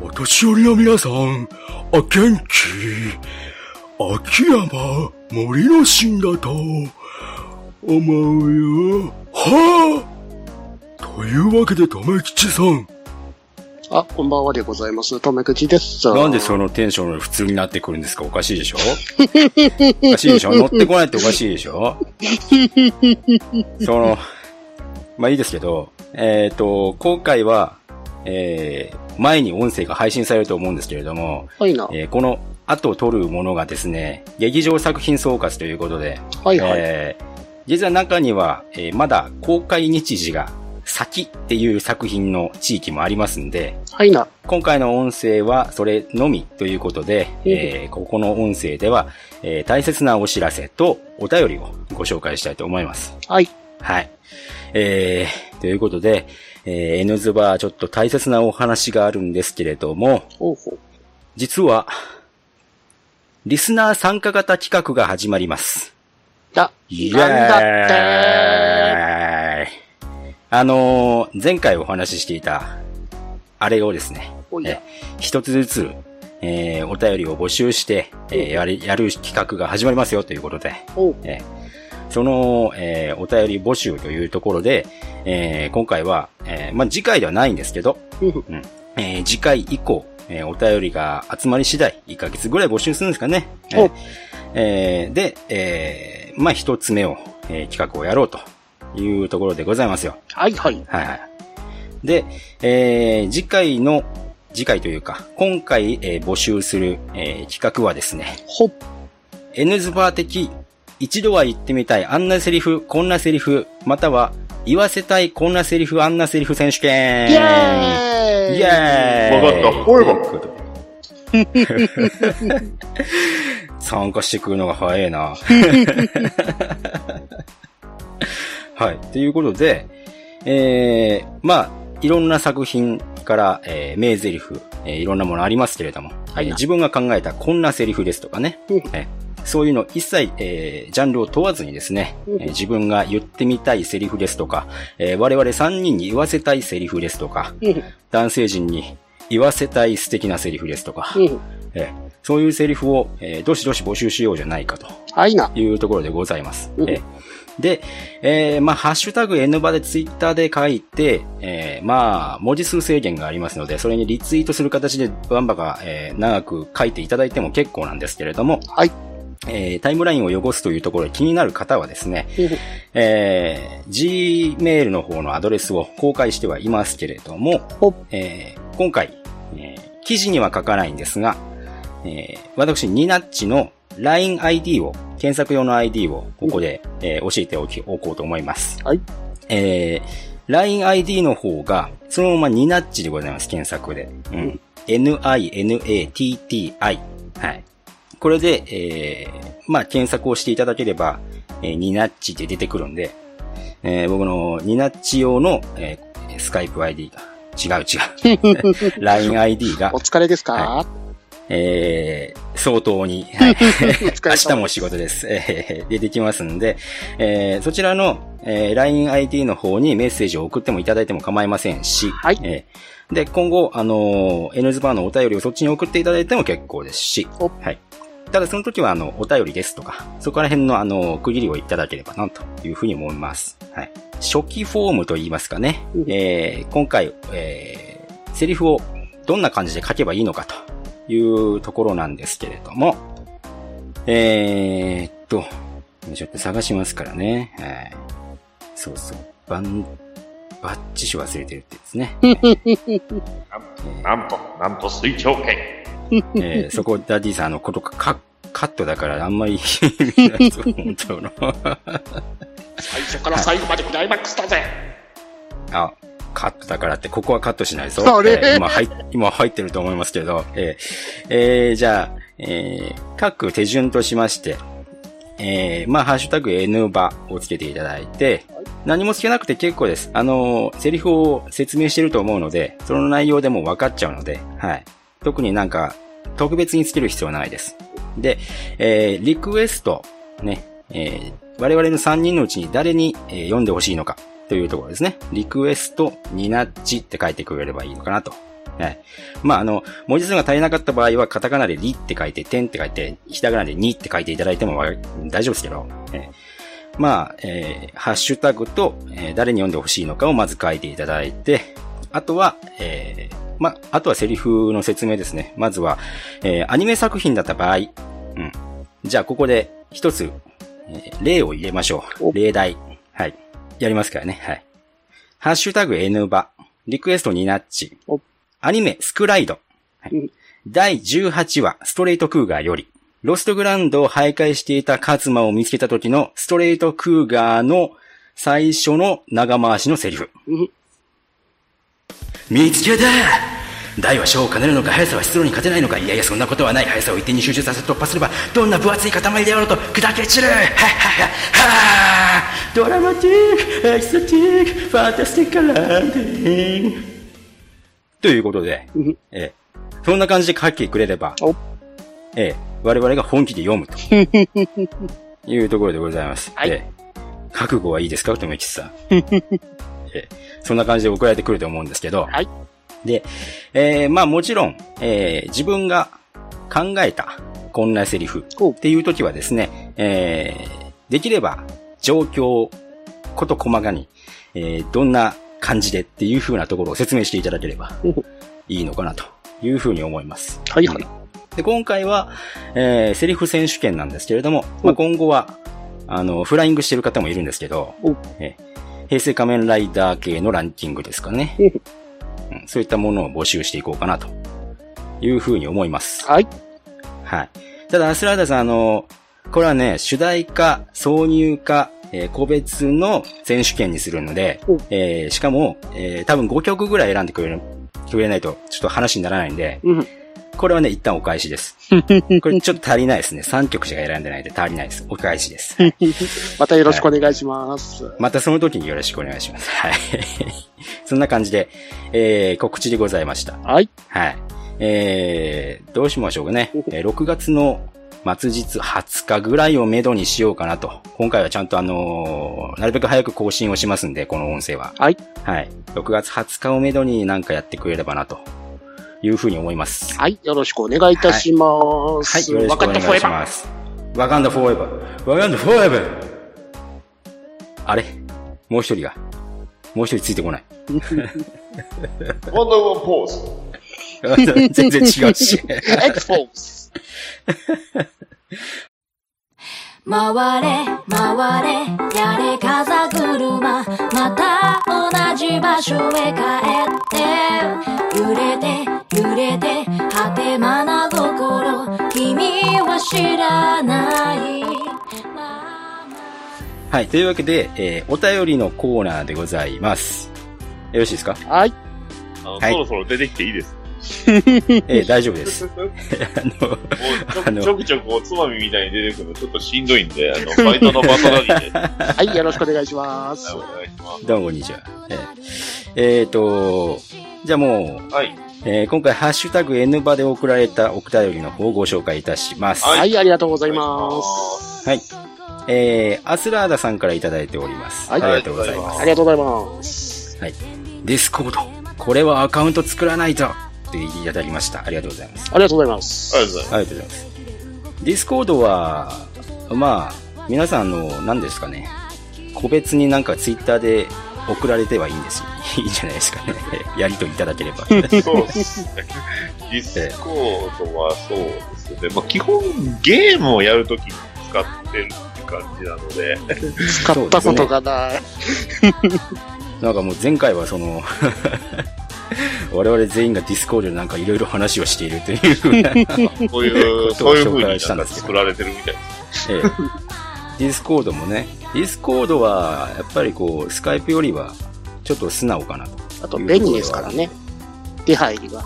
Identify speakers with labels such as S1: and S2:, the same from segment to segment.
S1: お年寄りの皆さん、お元気秋山森の神だと思うよ。はあというわけで、とめきちさん。
S2: あ、こんばんはでございます。とめくちです。
S3: なんでそのテンションの普通になってくるんですかおかしいでしょおかしいでしょ乗ってこないっておかしいで しょその、まあいいですけど、えっ、と、今回は、えー前に音声が配信されると思うんですけれども、
S2: はいな。
S3: えーこの後撮るものがですね、劇場作品総括ということで、
S2: はいはい。
S3: えー実は中には、えーまだ公開日時が先っていう作品の地域もありますんで、
S2: はいな。
S3: 今回の音声はそれのみということで、えーここの音声では、えー大切なお知らせとお便りをご紹介したいと思います。
S2: はい。
S3: はい。えー、ということで、えー、N ズバーちょっと大切なお話があるんですけれども、
S2: おうほう。
S3: 実は、リスナー参加型企画が始まります。
S2: だ、なんだって
S3: だってあのー前回お話ししていた、あれをですね、
S2: おい
S3: え一つずつ、えーお便りを募集して、えーやる、やる企画が始まりますよということで、
S2: おう。
S3: えーその、えーお便り募集というところで、えー今回は、えーまあ、次回ではないんですけど、
S2: うん
S3: うんえー次回以降、えーお便りが集まり次第、1ヶ月ぐらい募集するんですかね。えー
S2: お
S3: えーで、えーまあ、一つ目を、えー企画をやろうというところでございますよ。
S2: はいはい。
S3: はいはい。で、えー次回の、次回というか、今回、えー募集する、えー企画はですね、
S2: ほっ。
S3: N ズバー的、一度は言ってみたい、あんなセリフ、こんなセリフ、または、言わせたい、こんなセリフ、あんなセリフ選手権
S2: イェーイ
S3: イエーイ
S4: わかった
S3: と
S4: 声
S3: い
S4: が
S3: うことで参加してくるのが早いな。 はい。ということで、えー、まあ、いろんな作品から、えー、名台詞、えーいろんなものありますけれども、
S2: はい
S3: えー自分が考えたこんなセリフですとかね、
S2: うん
S3: えーそういうの一切、えージャンルを問わずにですね、え
S2: うん
S3: ー自分が言ってみたいセリフですとか、えー我々3人に言わせたいセリフですとか、
S2: うん。
S3: 男性陣に言わせたい素敵なセリフですとか、
S2: うん。
S3: えーそういうセリフを、えーどしどし募集しようじゃないかと
S2: はいな。
S3: いうところでございます。
S2: うん
S3: えーで、えーまあ、ハッシュタグ N バでツイッターで書いて、えーまあ、文字数制限がありますので、それにリツイートする形でバンバが、えー長く書いていただいても結構なんですけれども、
S2: はい。
S3: えータイムラインを汚すというところで気になる方はですね、
S2: うん
S3: えー Gmail の方のアドレスを公開してはいますけれども
S2: お、
S3: えー今回、えー記事には書かないんですが、えー私、ニナッチの LINEID を、検索用の ID をここで、えー教えておきおこうと思います。
S2: はい。
S3: えー LINEID の方が、そのままニナッチでございます、検索で。うん NINATTI。はい。これで、えーまあ、検索をしていただければ、えーニナッチって出てくるんで、えー僕のニナッチ用の、えースカイプ ID が、違う違う。LINEID が
S2: お、疲れですか
S3: はえー相当に、はい、
S2: お疲
S3: 明
S2: れ
S3: 日も
S2: 様。
S3: 仕事です。えー出てきますんで、えーそちらの、えー LINEID の方にメッセージを送ってもいただいても構いませんし、
S2: はい
S3: えーで、今後、あのー、N ズバーのお便りをそっちに送っていただいても結構ですし、
S2: お
S3: はい。ただその時は、あの、お便りですとか、そこら辺の、あの、区切りをいただければな、というふうに思います。はい。初期フォームと言いますかね
S2: うん、
S3: えー今回、えーセリフをどんな感じで書けばいいのかというところなんですけれども、えーっと、ちょっと探しますからね。はい。そうそう。バン、バッチシ忘れてるってですね。
S4: なんと、なんと水長剣。
S3: え ーそこ、ダディさん、あの、ことか、カカットだから、あんま り意味ないと思うところ
S2: 最初から最後までクライマックスだぜ。
S3: あ、カットだからって、ここはカットしないぞ。
S2: それ
S3: えー今入っ、今入ってると思いますけど、えーえーじゃあ、えー各手順としまして、えーまあ、ハッシュタグ N バをつけていただいて、何もつけなくて結構です。あのーセリフを説明してると思うので、その内容でもう分かっちゃうので、はい。特になんか、特別につける必要はないです。で、えーリクエスト、ね、えー我々の3人のうちに誰に、えー読んでほしいのかというところですね。リクエスト、ニナッチって書いてくれればいいのかなとはい。まあ、あの、文字数が足りなかった場合は、カタカナでリって書いて、点って書いて、ひらがなでにって書いていただいてもわか大丈夫ですけど、えーまあ、えーハッシュタグと、えー誰に読んでほしいのかをまず書いていただいて、あとは、えーまあ、あとはセリフの説明ですね。まずは、えーアニメ作品だった場合、うん。じゃあ、ここで一つ、えー例を入れましょう。
S2: お
S3: 例題。はい。やりますからね。はい。ハッシュタグ N バ、リクエストニナッチ
S2: お、
S3: アニメスクライド、はい
S2: うん
S3: 第18話ストレートクーガーより、ロストグランドを徘徊していたカズマを見つけた時のストレートクーガーの最初の長回しのセリフ。
S2: うん
S3: 見つけた大は小を兼ねるのか速さは質量に勝てないのかいやいやそんなことはない速さを一定に集中させ突破すればどんな分厚い塊であろうと砕け散るはっはっははあドラマティックエキスティックファンタスティックランディングということで、
S2: うん
S3: ええそんな感じで書いてくれれば
S2: お、
S3: ええ我々が本気で読む というところでございます。
S2: はい
S3: ええ覚悟はいいですか、とめきち さん。ええそんな感じで送られてくると思うんですけど、
S2: はい
S3: で、えーまあもちろん、えー自分が考えたこんなセリフ
S2: お
S3: っていう時はですね、えーできれば状況をこと細かに、えーどんな感じでっていう風なところを説明していただければ
S2: お
S3: いいのかなという風に思います。
S2: はいはい。
S3: で、今回は、えーセリフ選手権なんですけれども、まあ、
S2: お
S3: 今後は、あの、フライングしてる方もいるんですけど
S2: お、
S3: えー平成仮面ライダー系のランキングですかね。
S2: お
S3: うんそういったものを募集していこうかなというふうに思います。
S2: はい。
S3: はい。ただ、アスラーダさん、あの、これはね、主題歌、挿入歌、えー個別の選手権にするので
S2: お、
S3: えーしかも、えー多分5曲ぐらい選んでくれる、くれないと、ちょっと話にならないんで、
S2: うん。
S3: これはね、一旦お返 しです。これちょっと足りないですね。3曲しか選んでないんで足りないです。お返し です。
S2: またよろしくお願いします。
S3: またその時によろしくお願いします。はい。 そんな感じで、えー、告知でございました。
S2: はい。
S3: はい。えー、どうしましょうかね。えー6月の末日20日ぐらいをめどにしようかなと。今回はちゃんとあのーなるべく早く更新をしますんで、この音声は。
S2: はい。
S3: はい。6月20日をめどになんかやってくれればなというふうに思います。
S2: はい。よろしくお願いいたしま
S3: はい、
S2: す。
S3: よろしくお願いし
S2: わかった
S3: ます。ワガンダフォーエバー。ワガンダフォーエバー。あれもう一人が。もう一人ついてこない。
S4: ワンダーワンポーズ。
S3: 全然違う し。
S2: フォーエバーエクスポーズ。
S5: 回れ回れやれ風車また同じ場所へ帰って揺れて揺れて果てまな心君は知らないまま
S3: はい、というわけで、えーお便りのコーナーでございます。よろしいですか
S2: はい。
S4: あの、
S3: はい
S4: そろそろ出てきていいです。
S3: えー大丈夫です。
S4: もう
S3: あの、
S4: ちょ
S3: あの
S4: ちょくちょくおつまみみたいに出てくるのちょっとしんどいんで、あ の、バイトのバトナリーで、はい
S2: はい。よろしくお願いします。
S4: お願いします。
S3: どうもこんにちは。えーえーと、じゃあもう、
S4: はい。
S3: えー今回ハッシュタグ N バで送られたお便りの方をご紹介いたします。
S4: はい
S2: はい。ありがとうございます。
S3: はい。えー、アスラーダさんからいただいております。
S2: はい
S3: ありがとうございます。
S2: ありがとうございます。
S3: はい。ディスコード。これはアカウント作らないと。っていただきました。ありがとうございます。
S2: ありがとうございます。
S4: ありがとうご
S3: あ
S4: ざいます。
S3: りがとうございます。ディスコードは、まあ、皆さんあの、何ですかね。個別になんかツイッターで送られてはいいんですよ。 いいんじゃないですかね。やりとりいただければ。
S4: そうですね。ディスコードはそうですね。まあ、基本ゲームをやるときに使ってるって感じなので、
S2: 使ったことがない。
S3: なんかもう前回はその、 我々全員がディスコードでなんかいろいろ話をしているというふうな
S4: そうい
S3: こと
S4: う、
S3: を
S4: そういう
S3: 紹
S4: 風
S3: 介
S4: に
S3: した
S4: なんん
S3: です
S4: か
S3: けど
S4: 作られてるみたいです。
S3: ええ、ディスコードもね、ディスコードはやっぱりこう、スカイプよりはちょっと素直かなと。
S2: あと、便利ですからね。手配が。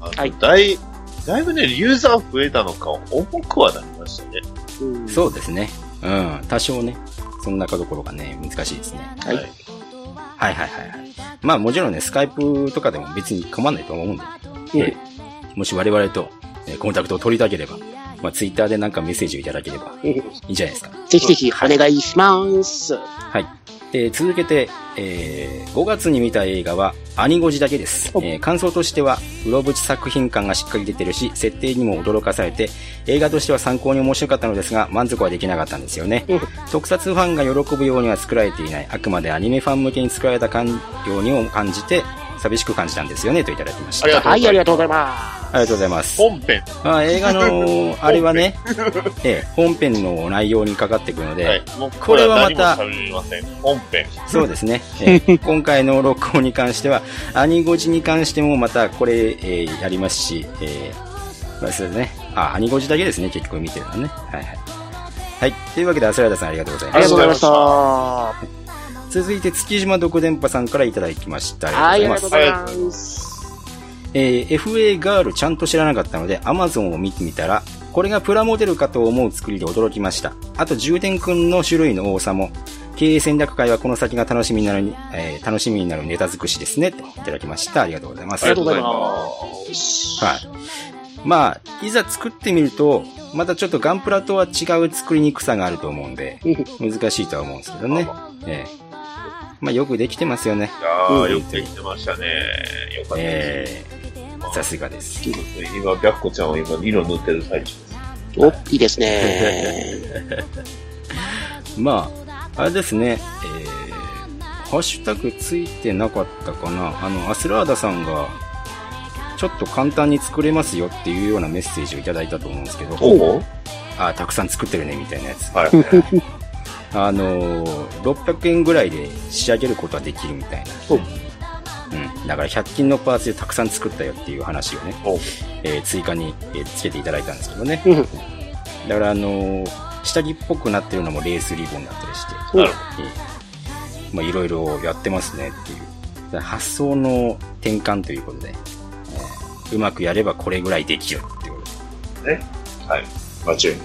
S4: あの
S2: はい
S4: だい、だいぶね、ユーザー増えたのか、重くはなりましたね。
S2: うん
S3: そうですね。うん、多少ね、そんなところがね、難しいですね。
S2: はい
S3: はいはいはいはい。まあもちろんね、スカイプとかでも別に構わないと思うんで、
S2: うん
S3: ええもし我々とえーコンタクトを取りたければ、まあツイッターでなんかメッセージをいただければい
S2: うん
S3: いんじゃないですか。
S2: ぜひぜひお願いします。
S3: はい。で、続けて、えー5月に見た映画は、アニゴジだけです。えー感想としては、うろぶち作品感がしっかり出てるし、設定にも驚かされて、映画としては参考に面白かったのですが、満足はできなかったんですよね。特撮ファンが喜ぶようには作られていない、あくまでアニメファン向けに作られたかんようにも感じて、寂しく感じたんですよね、といただきました。
S4: ありがとうございます。
S2: はい、ありがとうございま
S3: ありがとうございます。
S4: 本編。
S3: まあ、映画の、あれはね、ええ、本編の内容にかかってくるので、
S4: はい。もう
S3: これはまた
S4: 何も喋りません。本編。
S3: そうです ね、ええ今回の録音に関しては、アニゴジに関してもまたこれ、ええやりますし、ええまあそうですね、あ、アニゴジだけですね、結構見てるのね。はいはい。はい、というわけで、アスライダさんありがとうござい
S2: す。あ
S3: ま
S2: り
S3: す。
S2: がとうございました。
S3: 続いて、月島独電波さんからいただきました。
S2: はい、ありがとうご
S4: ざ
S2: ざ
S4: い
S2: い
S4: ま
S2: ます。
S3: えー FA ガールちゃんと知らなかったので Amazon を見てみたら、これがプラモデルかと思う作りで驚きました。あと充電くんの種類の多さも、経営戦略会はこの先が楽しみになるに、えー楽しみになるネタ尽くしですね。といただきました。ありがとうございます。
S2: ありがとうござい
S4: ありが
S2: ます。
S3: はい。まあ、いざ作ってみると、またちょっとガンプラとは違う作りにくさがあると思うんで、難しいとは思うんですけどね。ええまあ、よくできてますよね。
S4: いや
S3: う
S4: ー、
S3: ん
S4: よくできてましたね。よかったです。
S3: ええさすがです。
S4: 今、白子ちゃんは今、色塗ってる最中です。
S2: お、いいですね。
S3: まあ、あれですね、えー、ハッシュタグついてなかったかな。あの、アスラーダさんが、ちょっと簡単に作れますよっていうようなメッセージをいただいたと思うんですけど、
S4: お
S3: あ、たくさん作ってるねみたいなやつ。
S4: はい。
S3: あのー、600円ぐらいで仕上げることはできるみたいな。
S4: お
S3: うん。だから100均のパーツでたくさん作ったよっていう話をね、
S4: お
S3: えー追加に、えーつけていただいたんですけどね。
S2: うん
S3: だからあのー下着っぽくなってるのもレースリボンだったりして、
S4: なる
S3: えーまあいろいろやってますねっていう。だから発想の転換ということで、えーうまくやればこれぐらいできるっていうことで。
S4: はい。間違いない。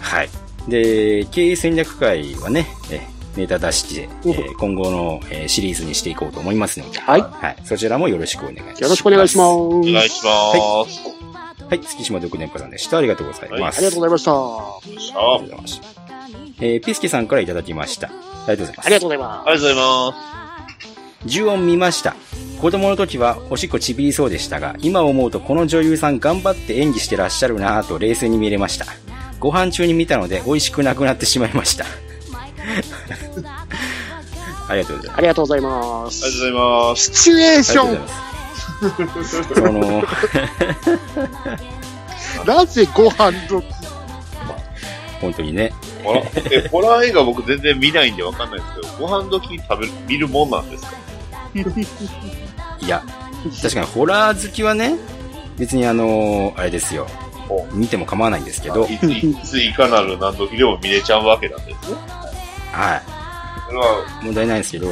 S3: はい。で、経営戦略会はね、えネタ出して、えー今後の、えーシリーズにしていこうと思いますので、
S2: はい
S3: はい。そちらもよろしくお願いします。
S2: よろしくお願いします。
S4: お願いします。
S3: す。はい。月島独年波さんでした。ありがとうございます。
S2: ありがとうございました。
S4: あ
S3: ありがとうございました。えー、ピスケさんからいただきました。ありがとうございます。
S2: ありがとうございま
S4: ありがとうございます。
S3: 10音見ました。子供の時はおしっこちびりそうでしたが、今思うとこの女優さん頑張って演技してらっしゃるなぁと冷静に見れました。ご飯中に見たので美味しくなくなってしまいました。 ありがとうご
S2: す。
S3: ざいま
S2: ありがとうございま
S4: あり
S2: す。
S4: がとうございます。
S2: シチュエー
S3: す。あ
S2: シ
S3: りがとう
S2: ョ
S3: ございます。その、
S2: ン、なぜご飯時
S3: 本当にね、
S4: ホラーえホラー映画僕全然見ないんでわかんないですけど、ご飯時に食べる、見るもんなんですか
S3: いや、確かにホラー好きはね、別にあのあれですよ
S4: お。
S3: 見ても構わないんですけど、はい
S4: いつ、いついかなる何時でも見れちゃうわけなんですね。。それは、
S3: 問題ないんですけど、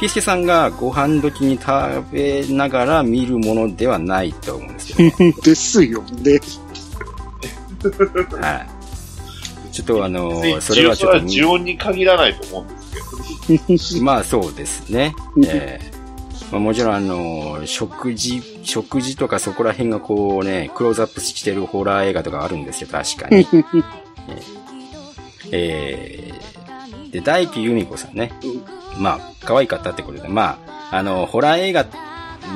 S3: ピースケさんがご飯時に食べながら見るものではないと思うんですよ、
S2: ですよね。
S3: はい。ちょっとあの
S4: 別、に
S3: それはちょっとみ、
S4: 呪音に限らないと思うんですけど。
S3: まあそうですね。
S2: うん
S3: えーまあ、もちろんあの、食事、食事とかそこら辺がこうね、クローズアップしてるホラー映画とかあるんですよ、確かに。えーで、大輝由美子さんね。まあ、可愛かったってことで、まあ、あの、ホラー映画、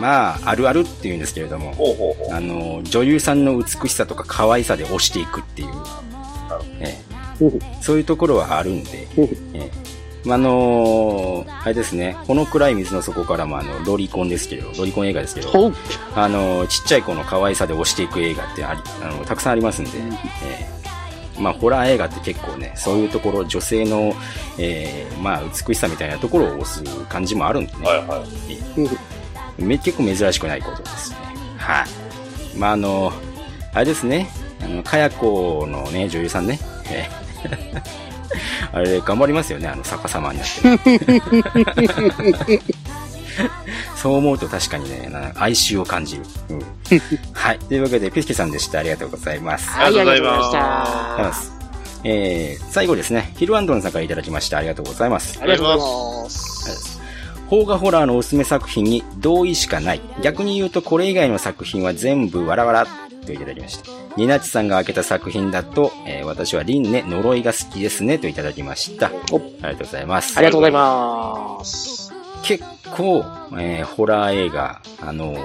S3: まあ、あるあるっていうんですけれども、
S4: ほうほうほう。
S3: あの、女優さんの美しさとか可愛さで押していくっていう、ええそういうところはあるんで、
S2: うん
S3: ええまあ、あのーあれですね、この暗い水の底からもあの、ロリコンですけど、ロリコン映画ですけど、
S2: ほう。
S3: あのーちっちゃい子の可愛さで押していく映画ってあり、あの、たくさんありますんで、ええまあ、ホラー映画って結構ね、そういうところ、女性の、ええまあ、美しさみたいなところを押す感じもあるんでね。
S4: はいはい。
S3: め結構珍しくないことですね。はい、まあ、あの、あれですね。あの、かやこのね、女優さんね。えーあれ、頑張りますよね、あの、逆さまになって、 そう思うと確かにね、な哀愁を感じる。うん、はい。というわけで、ピスケさんでした。ありがとうございます。
S2: はい、ありがとうございまし
S3: ありがとうございま
S2: た。
S3: す。えー、最後ですね、ヒルアンドンさんからいただきました。ありがとうございます。
S2: ありがとうございます。
S3: 邦画ホラーのおすすめ作品に同意しかない。逆に言うとこれ以外の作品は全部わらわらといただきました。ニナッチさんが開けた作品だと、えー私は輪廻呪いが好きですねといただきました。あ
S2: お
S3: りがとうございます。
S2: ありがとうございます。
S3: 結構、えーホラー映画、あのー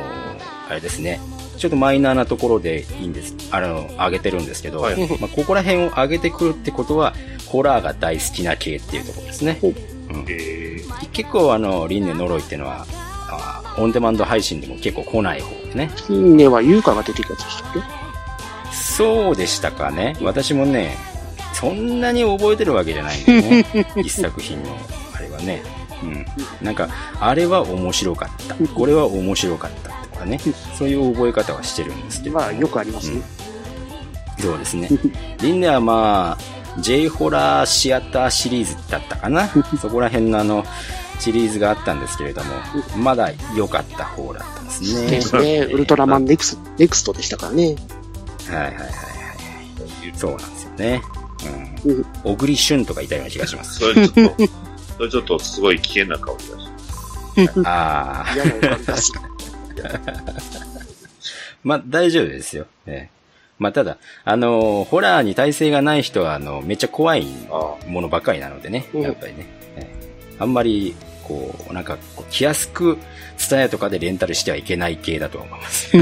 S3: あれですね、ちょっとマイナーなところでいいんです、あの、上げてるんですけど、
S4: はい
S3: まあ、ここら辺を上げてくるってことは、ホラーが大好きな系っていうところですね。うん
S4: えー、
S3: 結構、あの、輪廻呪いっていうのは、あーオンデマンド配信でも結構来ない方でね。
S2: 近年は優香が出てきたやつでしたっけ
S3: そうでしたかね。私もね、そんなに覚えてるわけじゃないんだ よね。一作品の、あれはね。うん。なんか、あれは面白かった。これは面白かったとかね。そういう覚え方はしてるんですけど。
S2: まあ、よくありますね。
S3: そうですね。リンネはまあ、J ホラーシアターシリーズだった かな。そこら辺のあの、シリーズがあったんですけれども、まだ良かった方だったんです ね。
S2: ですね。ウルトラマンネクスネクストでしたからね。
S3: はいはいはいはい。そうなんですよね。う
S2: うん
S3: ん。小栗旬とかいたような気がします。
S4: それちょっと、それちょっとすごい危険な香りがします。
S3: ああ。
S2: 嫌な予感がする。
S3: まあ、大丈夫ですよ。ええまあ、ただ、あのーホラーに耐性がない人は、あの、めっちゃ怖い
S4: あ
S3: ものばかりなのでね、
S2: うん
S3: やっぱりね。ええあんまり、こう、なんか、こう気安く、ツタヤとかでレンタルしてはいけない系だと思い ます。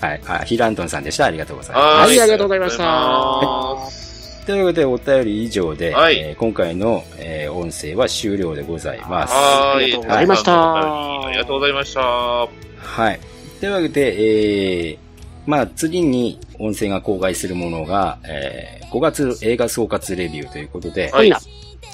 S3: はい。あ、ヒラントンさんでした。ありがとうございます。
S2: はい、
S4: は
S2: あ
S4: い
S2: りがとうございました。
S4: は
S3: ということで、お便り以上で、
S4: はい
S3: えー今回の、えー音声は終了でございます。
S4: は
S2: ありがとうございました
S4: ありがとうございました。は
S3: はい。というわけで、えー、まあ次に音声が公開するものが、えー、5月映画総括レビューということで、
S2: はい
S4: い。
S2: な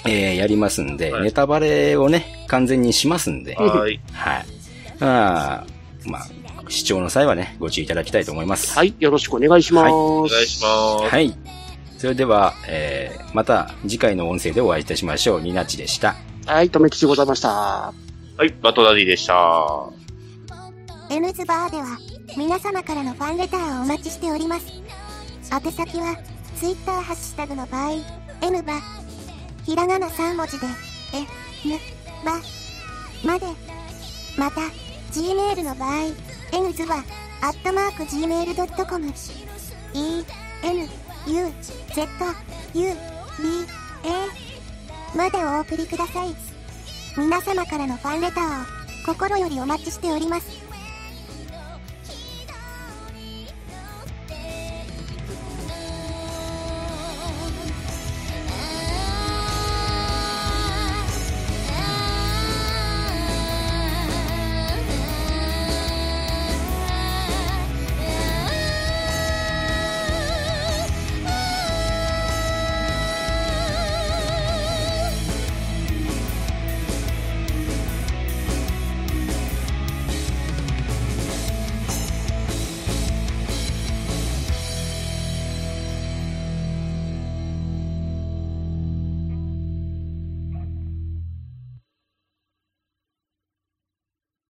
S3: えー、やりますんで、
S4: はい
S3: ネタバレをね、完全にしますんで、はい。
S4: はい。
S3: まあ、まあ、視聴の際はね、ご注意いただきたいと思います。
S2: はい、よろしくお願いします。
S3: はい
S4: お願いします。
S3: はい。それでは、えー、また次回の音声でお会いいたしましょう。ニナッチでした。
S2: はい、とめきちございました。
S4: はい、バトダディでした。
S6: N ズバーでは皆様からのファンレターをお待ちしております宛先は Twitter ハッシュタグの場合 N バひらがな3文字で N バまでまた Gmail の場合 N ズバアットマーク Gmail.com E N U Z U B A までお送りください皆様からのファンレターを心よりお待ちしております